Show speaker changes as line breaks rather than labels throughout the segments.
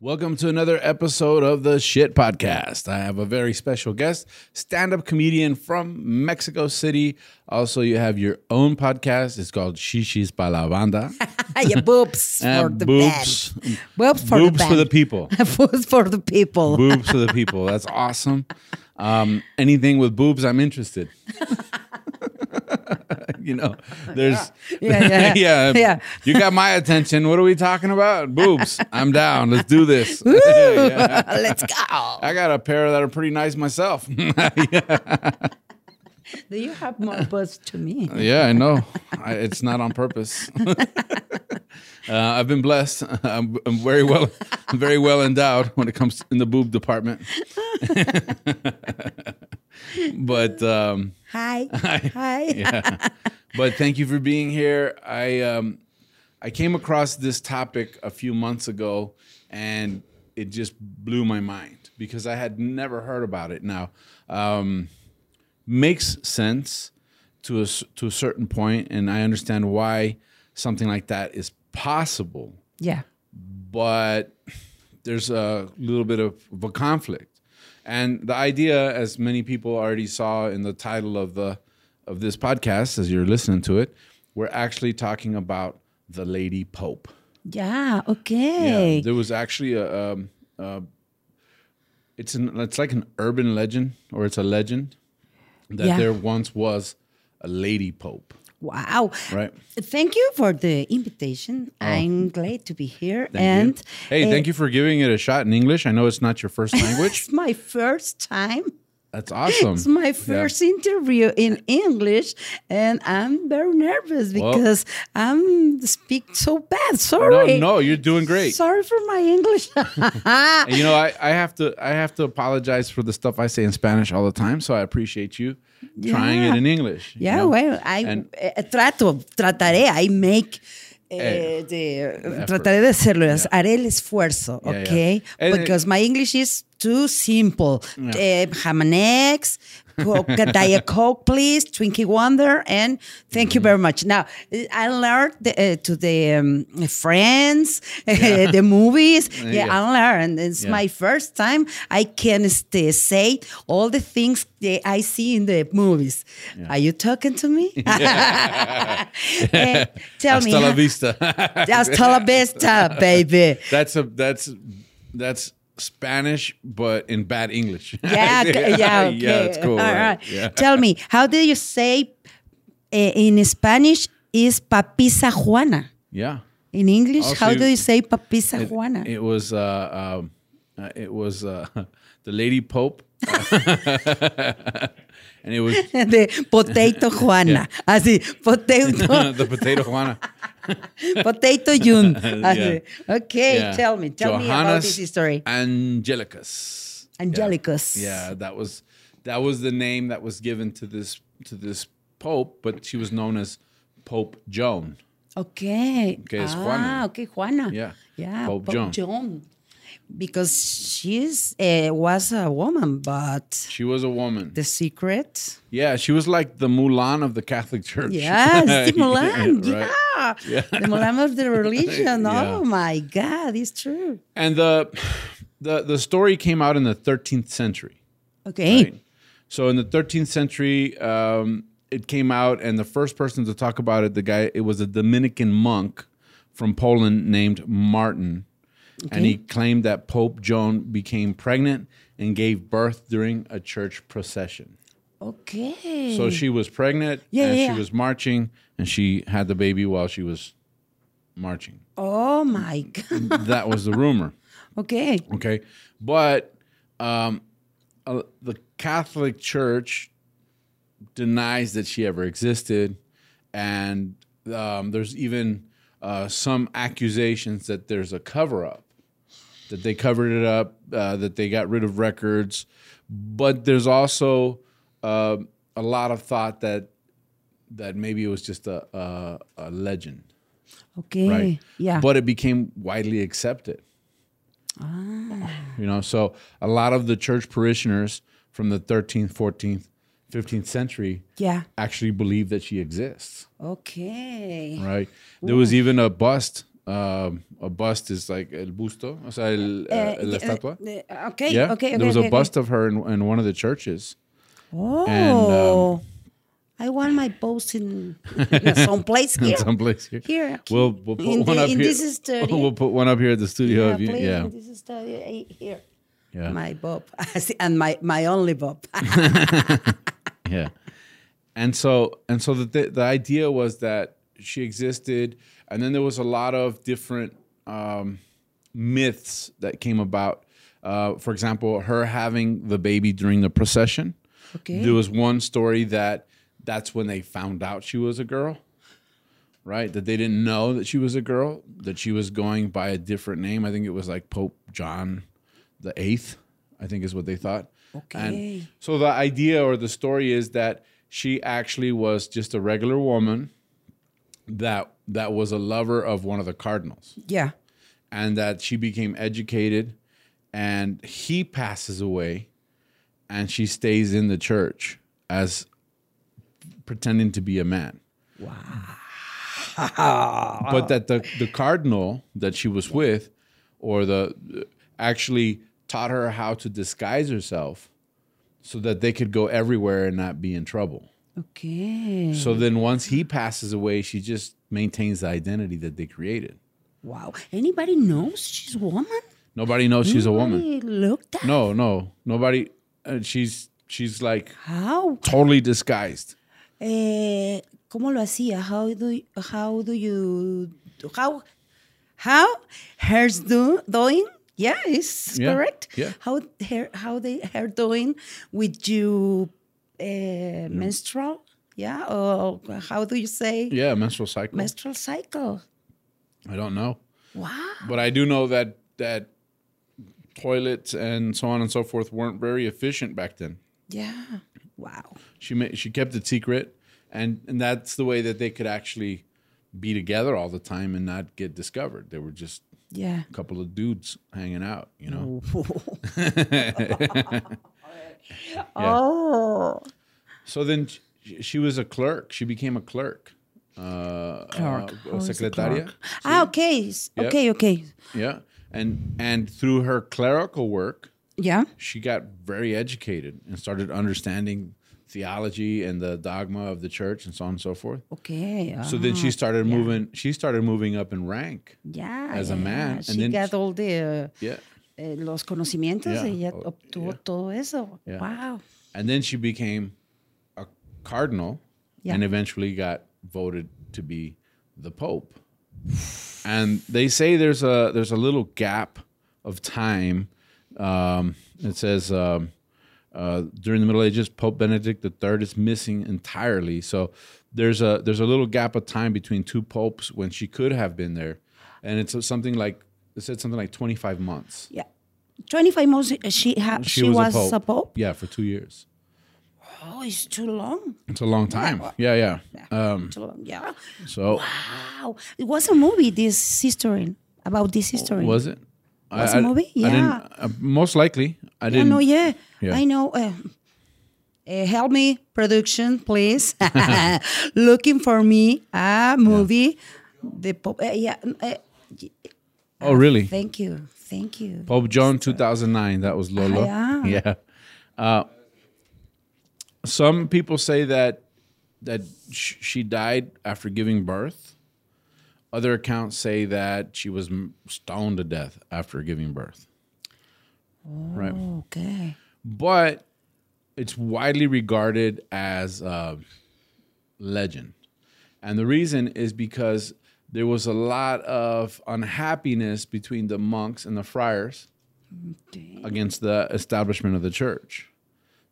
Welcome to another episode of the Shit Podcast. I have a very special guest, stand up comedian from Mexico City. Also, you have your own podcast. It's called Shishis Pa La Banda.
Your Ah, boobs for
And
the
Ah, boobs,
band. Boobs for
boobs
the band.
for the people.
boobs for the people.
boobs for the people. That's awesome. Um, anything with boobs, I'm interested. you know, there's
Yeah, yeah,
yeah,
yeah.
You got my attention. What are we talking about? Boobs. I'm down. Let's do this. Yeah.
Let's go.
I got a pair that are pretty nice myself.
Do you have more boobs to me?
yeah, I know. I, it's not on purpose. uh, I've been blessed. I'm, I'm very well, I'm very well endowed when it comes in the boob department. but um,
Hi.
Hi.
Hi.
yeah. But thank you for being here. I um, I came across this topic a few months ago, and it just blew my mind because I had never heard about it. Now, um, makes sense to a s to a certain point, and I understand why something like that is possible
Yeah.
but there's a little bit of a conflict. And the idea, as many people already saw in the title of the of this podcast, as you're listening to it, we're actually talking about the Lady Pope.
Yeah.
Yeah,
Okay.
there was actually a, um, uh, it's an it's like an urban legend, or it's a legend that
Yeah.
there once was a Lady Pope,
Wow.
right? Oh.
Thank you for the invitation. I'm glad to be here.
Thank you.
and
hey, thank you for giving it a shot in English. I know it's not your first language.
It's my first time.
That's awesome.
It's my
Um, Yeah.
first interview in English, and I'm very nervous
Well-
because I'm speak so bad. Sorry.
No, no, you're doing great.
Sorry for my English.
And you know, I, I have to I have to apologize for the stuff I say in Spanish all the time. So I appreciate you trying it
Yeah.
in English. you
Yeah,
know?
well, I
And-
eh, trato, trataré, I make. eh,
effort.
the, trataré de hacerlo, haré el esfuerzo,
Yeah, yeah.
okay?
And-
Because my English is too simple. Eh, ham and eggs, Coke, Diet Coke, please, Twinkie Wonder, and thank you
Mm-hmm.
very much. Now, eh, I learned the, eh, to the um, friends, eh, the movies. Yeah,
yeah.
I learned. It's
Yeah.
my first time I can este, say all the things that I see in the movies. Are you talking to me? Eh, tell
Hasta la
me.
vista.
Hasta la vista, baby.
that's a that's that's Spanish, but in bad English.
Yeah, okay, yeah, okay.
yeah, it's cool.
All
right?
right.
Yeah.
Tell me, how do you say eh, in Spanish is papisa juana?
yeah.
In English,
Oh, Eh,
how
so
do you say papisa
It,
juana?
it was uh, um, uh, it was uh, the Lady Pope, and it was
de potato juana. Así, potato,
the potato Juana.
potato yun.
Yeah.
Así. Okay,
Yeah.
tell me, tell me about
Johannes
this story.
Angelicus. Yeah.
Angelicus.
Yeah. that was that was the name that was given to this to this pope, but she was known as Pope Joan.
Okay.
Que es
ah,
Juana.
okay, Juana.
Yeah.
Yeah.
Pope Joan.
Because she's uh, was a woman, but
She was a woman.
the secret.
Yeah, she was like the Mulan of the Catholic Church.
Yes, the Mulan.
right.
yeah, The Mulan of the religion. Oh my God, it's true.
And the the the story came out in the 13th century.
Okay.
Right. So in the 13th century, um, it came out, and the first person to talk about it, the guy, it was a Dominican monk from Poland named Martin, and he claimed that Pope Joan became pregnant and gave birth during a church procession.
Okay.
So she was pregnant,
Yeah,
and
yeah,
she
yeah.
was marching, and she had the baby while she was marching.
oh my God.
that was the rumor.
Okay.
Okay, but um, uh, the Catholic Church denies that she ever existed, and um, there's even uh, some accusations that there's a cover up, that they covered it up, uh, that they got rid of records, but there's also um a lot of thought that that maybe it was just a a, a legend,
Okay.
right?
Yeah.
But it became widely accepted. You know, so a lot of the church parishioners from the 13th, 14th, 15th century
yeah.
actually believe that she exists,
Okay.
right? There was even a bust. Um, a bust is like el busto, o sea, el,
Uh,
uh, la
yeah,
estatua.
uh, okay.
Yeah,
Okay. Okay.
there was
okay,
a bust of her in, in one of the churches.
Okay.
and, um,
Oh. I want my post in someplace
in
here.
some place here.
Here,
We'll, we'll put
in
one
the-
up
in
here.
this studio.
We'll put one up here at the studio.
yeah,
if you-
please,
yeah.
This is the, eh, here.
Yeah.
My Bob and my my only Bob.
yeah. And so and so the, the the idea was that she existed, and then there was a lot of different um, myths that came about. Uh, for example, her having the baby during the procession.
Okay.
There was one story that that's when they found out she was a girl, right? That they didn't know that she was a girl, that she was going by a different name. I think it was like Pope John the Eighth, I think is what they thought.
Okay.
And so the idea or the story is that she actually was just a regular woman that that was a lover of one of the cardinals
yeah.
and that she became educated and he passes away and she stays in the church as pretending to be a man wow but that the, the cardinal that she was with or the actually taught her how to disguise herself so that they could go everywhere and not be in trouble
Okay.
so then once he passes away she just maintains the identity that they created
Wow. Anybody knows she's a woman?
nobody knows she's a woman
Nobody Looked at
No, no, nobody. Uh, she's she's like
how?
totally disguised.
Eh, ¿Cómo lo hacía? How do you, how do you how how hers do doing? Yeah, is
Yeah,
correct.
yeah.
How her how they her doing with you uh, menstrual? Yeah, or how do you say
Yeah, menstrual cycle.
menstrual cycle?
I don't know,
Wow.
but I do know that that toilets and so on and so forth weren't very efficient back then.
Yeah. Wow.
She ma- she kept it secret, and and that's the way that they could actually be together all the time and not get discovered. They were just
Yeah.
a couple of dudes hanging out, you
Mm.
know.
Oh.
So then sh- she, was a clerk. She became a clerk. Uh,
Clerk.
uh,
How is a
secretaria.
clerk? Ah, okay. S-
Yep.
Okay, okay.
Yeah. And and through her clerical work,
Yeah.
she got very educated and started understanding theology and the dogma of the church and so on and so forth.
Okay.
So then she started moving she started moving up in rank.
yeah,
as a
yeah.
man, and
She
then
got
she-
all the uh,
Yeah.
eh, los conocimientos.
Yeah.
Ella
Oh,
obtuvo
yeah.
todo eso.
Yeah.
Wow.
And then she became a cardinal
Yeah.
and eventually got voted to be the pope. And they say there's a there's a little gap of time. Um, it says um, uh, during the Middle Ages, Pope Benedict III is missing entirely. So there's a there's a little gap of time between two popes when she could have been there, and it's something like it said something like 25 months.
Yeah. 25 months eh, she ha- she, was, a, pope.
Yeah, for two years.
Oh, it's too long.
It's a long time. Yeah, yeah. Um,
Too long. Yeah.
so
Wow. It was a movie this history about this history.
was it?
Was
I-
a
I-
movie?
I didn't-
Yeah.
uh, most likely, I
I
didn't.
know, Oh, yeah.
Yeah.
I know. Uh, uh, help me, production, please. Looking for me a movie. The Pope. Uh, yeah. uh,
Oh, really?
thank you. Thank you.
Pope John 2009. That was Lolo.
Ah,
yeah. Uh, some people say that that sh- she died after giving birth. Other accounts say that she was m- stoned to death after giving birth. Right.
Okay.
but it's widely regarded as a legend. And the reason is because there was a lot of unhappiness between the monks and the friars against the establishment of the church.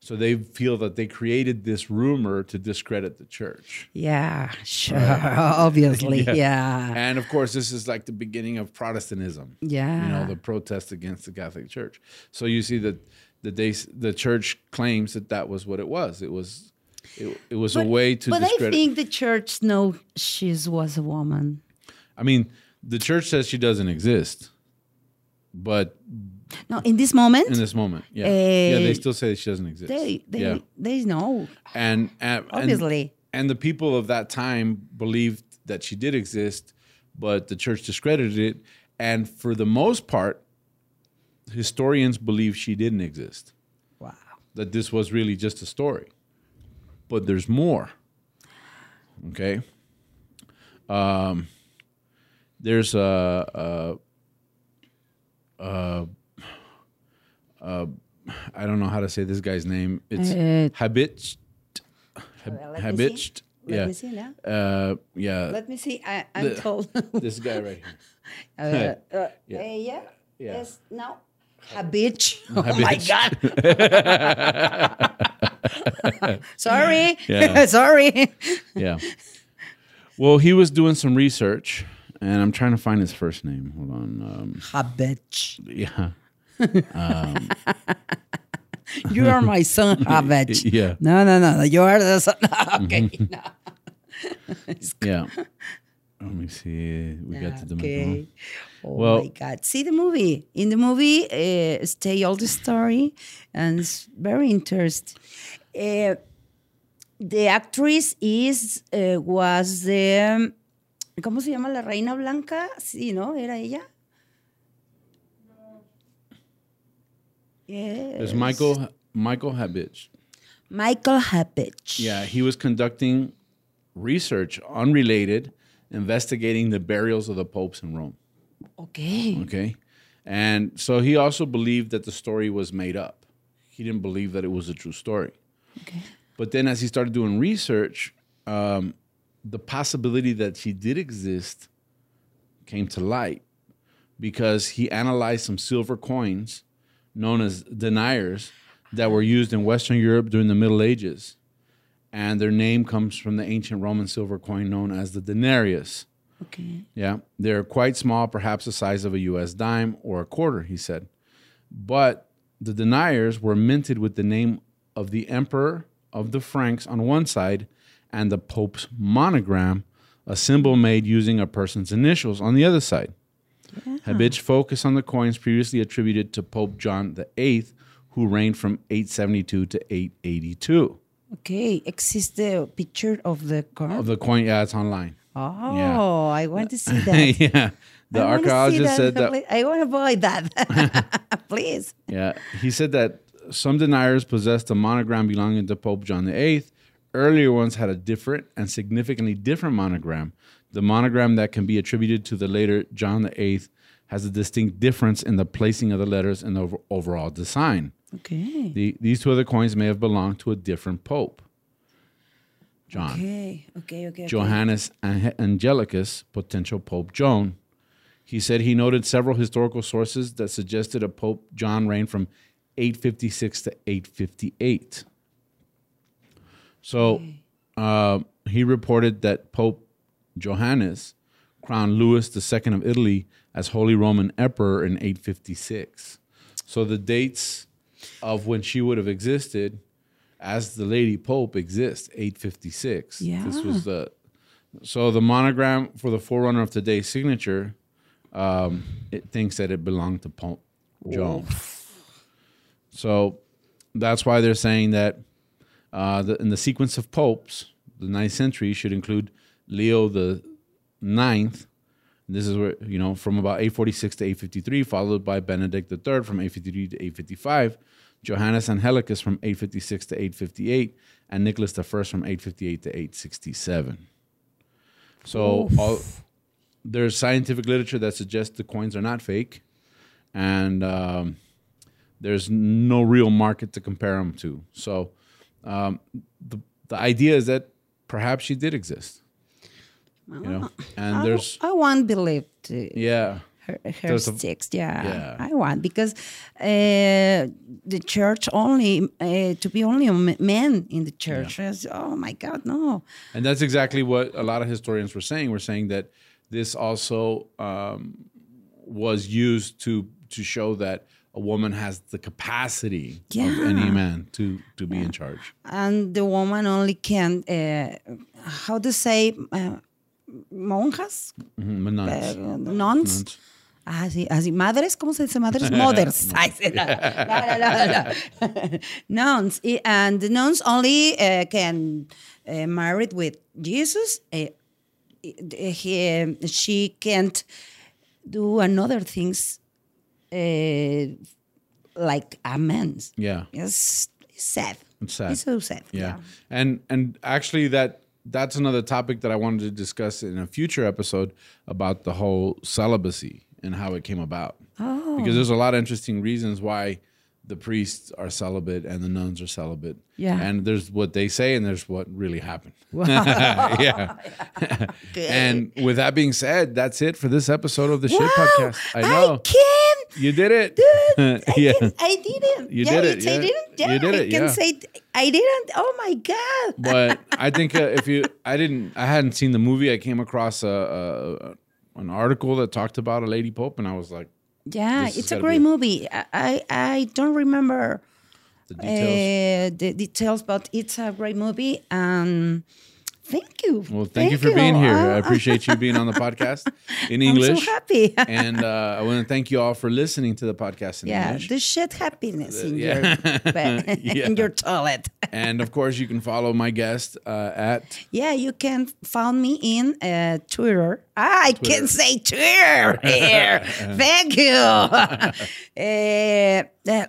So they feel that they created this rumor to discredit the church.
Yeah, sure. Obviously. yeah.
And of course, this is like the beginning of Protestantism. you know
Yeah.
the protest against the Catholic Church. So you see that that they the church claims that that was what it was. It was It, it was a way to
But I
discredit.
think the church know she was a woman.
I mean, the church says she doesn't exist, but
No, in this moment,
in this moment, yeah, yeah,
Eh,
they still say she doesn't exist.
they they
yeah,
they know
and, and and-
obviously.
and the people of that time believed that she did exist, but the church discredited it, and for the most part, historians believe she didn't exist.
wow.
that this was really just a story. But there's more. Okay. Um, there's a, a, a, a I don't know how to say this guy's name. It's
Uh,
Habitcht.
Well,
Hab-
let me
Habitcht.
see. Let
Yeah.
me see now.
Uh, yeah.
Let me see. I, I'm told.
This guy right here.
uh, uh, yeah. yeah. Yes. No. Habitch. Oh my
Habitch.
God. Sorry.
Yeah.
Sorry.
yeah. Well, he was doing some research, and I'm trying to find his first name. Hold on. Um,
Habitch.
yeah.
You are my son, Habitch.
Yeah.
No, no, no. no. You are the son. okay. No.
Yeah. Let me see. We got to the
Okay.
microphone.
Oh
Well-
my God. See the movie. In the movie, uh, stay all the story, and it's very interesting. Uh, the actress is uh, was the ¿Cómo se llama la reina blanca? Sí, ¿no? Era ella.
There's
Yes.
Michael Michael Habich.
Michael Habich.
Yeah, he was conducting research unrelated, investigating the burials of the popes in Rome.
Okay.
Okay. And so he also believed that the story was made up. He didn't believe that it was a true story.
Okay.
But then as he started doing research, um, the possibility that she did exist came to light because he analyzed some silver coins known as deniers that were used in Western Europe during the Middle Ages. And their name comes from the ancient Roman silver coin known as the denarius.
Okay.
Yeah, they're quite small, perhaps the size of a US dime or a quarter, he said. But the deniers were minted with the name of the emperor of the Franks on one side and the pope's monogram, a symbol made using a person's initials on the other side. Habich focused on the coins previously attributed to Pope John VIII, who reigned from 872 to 882.
Okay. Exists the picture of the car?
Of the coin, yeah, it's online.
Oh,
yeah.
I want to see that.
yeah. The
I wanna see
archaeologist said that
Pl- I want to buy that. Please.
Yeah, he said that some deniers possessed a monogram belonging to Pope John VIII. Earlier ones had a different and significantly different monogram. The monogram that can be attributed to the later John VIII has a distinct difference in the placing of the letters and the over- overall design.
Okay.
The, these two other coins may have belonged to a different pope. John.
Okay. Okay. Okay.
Johannes Ange- Angelicus, potential Pope Joan. He said he noted several historical sources that suggested a Pope John reigned from 856 to 858. So uh, he reported that Pope Johannes crowned Louis II of Italy as Holy Roman Emperor in 856. So the dates of when she would have existed as the Lady Pope exist, 856. This was the so the monogram for the forerunner of today's signature, um, it thinks that it belonged to Pope John. So that's why they're saying that uh, the, in the sequence of popes, the ninth century should include Leo the ninth. This is where you know from about 846 to 853, followed by Benedict III from 853 to 855, Johannes Angelicus from 856 to 858, and Nicholas I from 858 to 867. So all, there's scientific literature that suggests the coins are not fake, and um, there's no real market to compare them to. So um, the the idea is that perhaps she did exist, you know, and
I,
there's
Oh, I want believe to
yeah.
her, her
There's a-
sticks. Yeah,
Yeah.
I want because uh, the church only uh, to be only a m- men in the church. Yes, Oh my God, no.
And that's exactly what a lot of historians were saying. We're saying that this also um, was used to to show that a woman has the capacity of
Yeah.
any man to to be in charge.
and the woman only can uh, how to say uh, monjas
Mhm, but nuns.
uh, nuns
Nuns.
Así, así, ah, madres, ¿cómo se dice madres? Mothers. Ay, sí, no, no, no, no, no. nuns. I- And the nuns only uh, can uh, married with Jesus. Uh, he, um, she can't do another things uh, like a man's.
Yeah.
It's sad.
It's sad.
It's so sad.
yeah and and actually that that's another topic that i wanted to discuss in a future episode about the whole celibacy and how it came about oh. because there's a lot of interesting reasons why the priests are celibate and the nuns are celibate
Yeah.
and there's what they say and there's what really happened yeah and with that being said that's it for this episode of the shit
Wow,
podcast i know
can.
you did it
Dude, I,
yeah
did, I didn't.
You
yeah,
did it,
I
yeah.
didn't.
You
Yeah,
did
I
it,
can
yeah.
say I didn't. Oh my god.
but I think uh, if you, I didn't, I hadn't seen the movie. I came across a, a an article that talked about a lady pope, and I was like,
Yeah,
This has
it's a
gotta
great
be
movie. I I, I don't remember
the
uh,
details.
the details, but it's a great movie. Um, thank you.
well, thank, you for being here. I
Uh,
appreciate you being on the podcast in
I'm
English.
so happy.
and uh, I want to thank you all for listening to the podcast in
yeah,
English. Uh,
the shit happiness in
yeah.
your ba- in your toilet.
and of course, you can follow my guest uh, at
Yeah, you can find me in uh, Twitter. Ah, I can say Twitter here.
Uh-huh.
Thank you. uh, uh,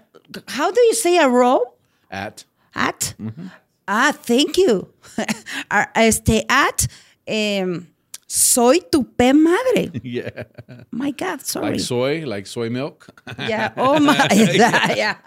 how do you say a row?
at
At?
Mm-hmm.
Ah, thank you. Ah, este, at, em, soy tu pe madre.
yeah,
My God, sorry.
like soy, like soy milk.
yeah, oh my, yeah.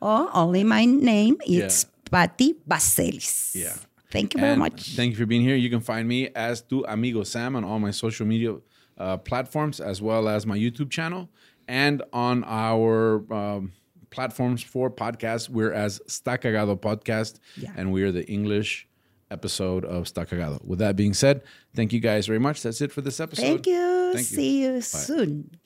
Oh, only my name is Patty Baselis.
Yeah.
Thank you very
And
much.
Thank you for being here. You can find me as Tu Amigo Sam on all my social media uh, platforms, as well as my YouTube channel and on our um, platforms for podcasts. We're as Stacagado Podcast,
Yeah.
and we are the English episode of Stacagado. With that being said, thank you guys very much. That's it for this episode.
Thank you.
Thank you.
See you soon.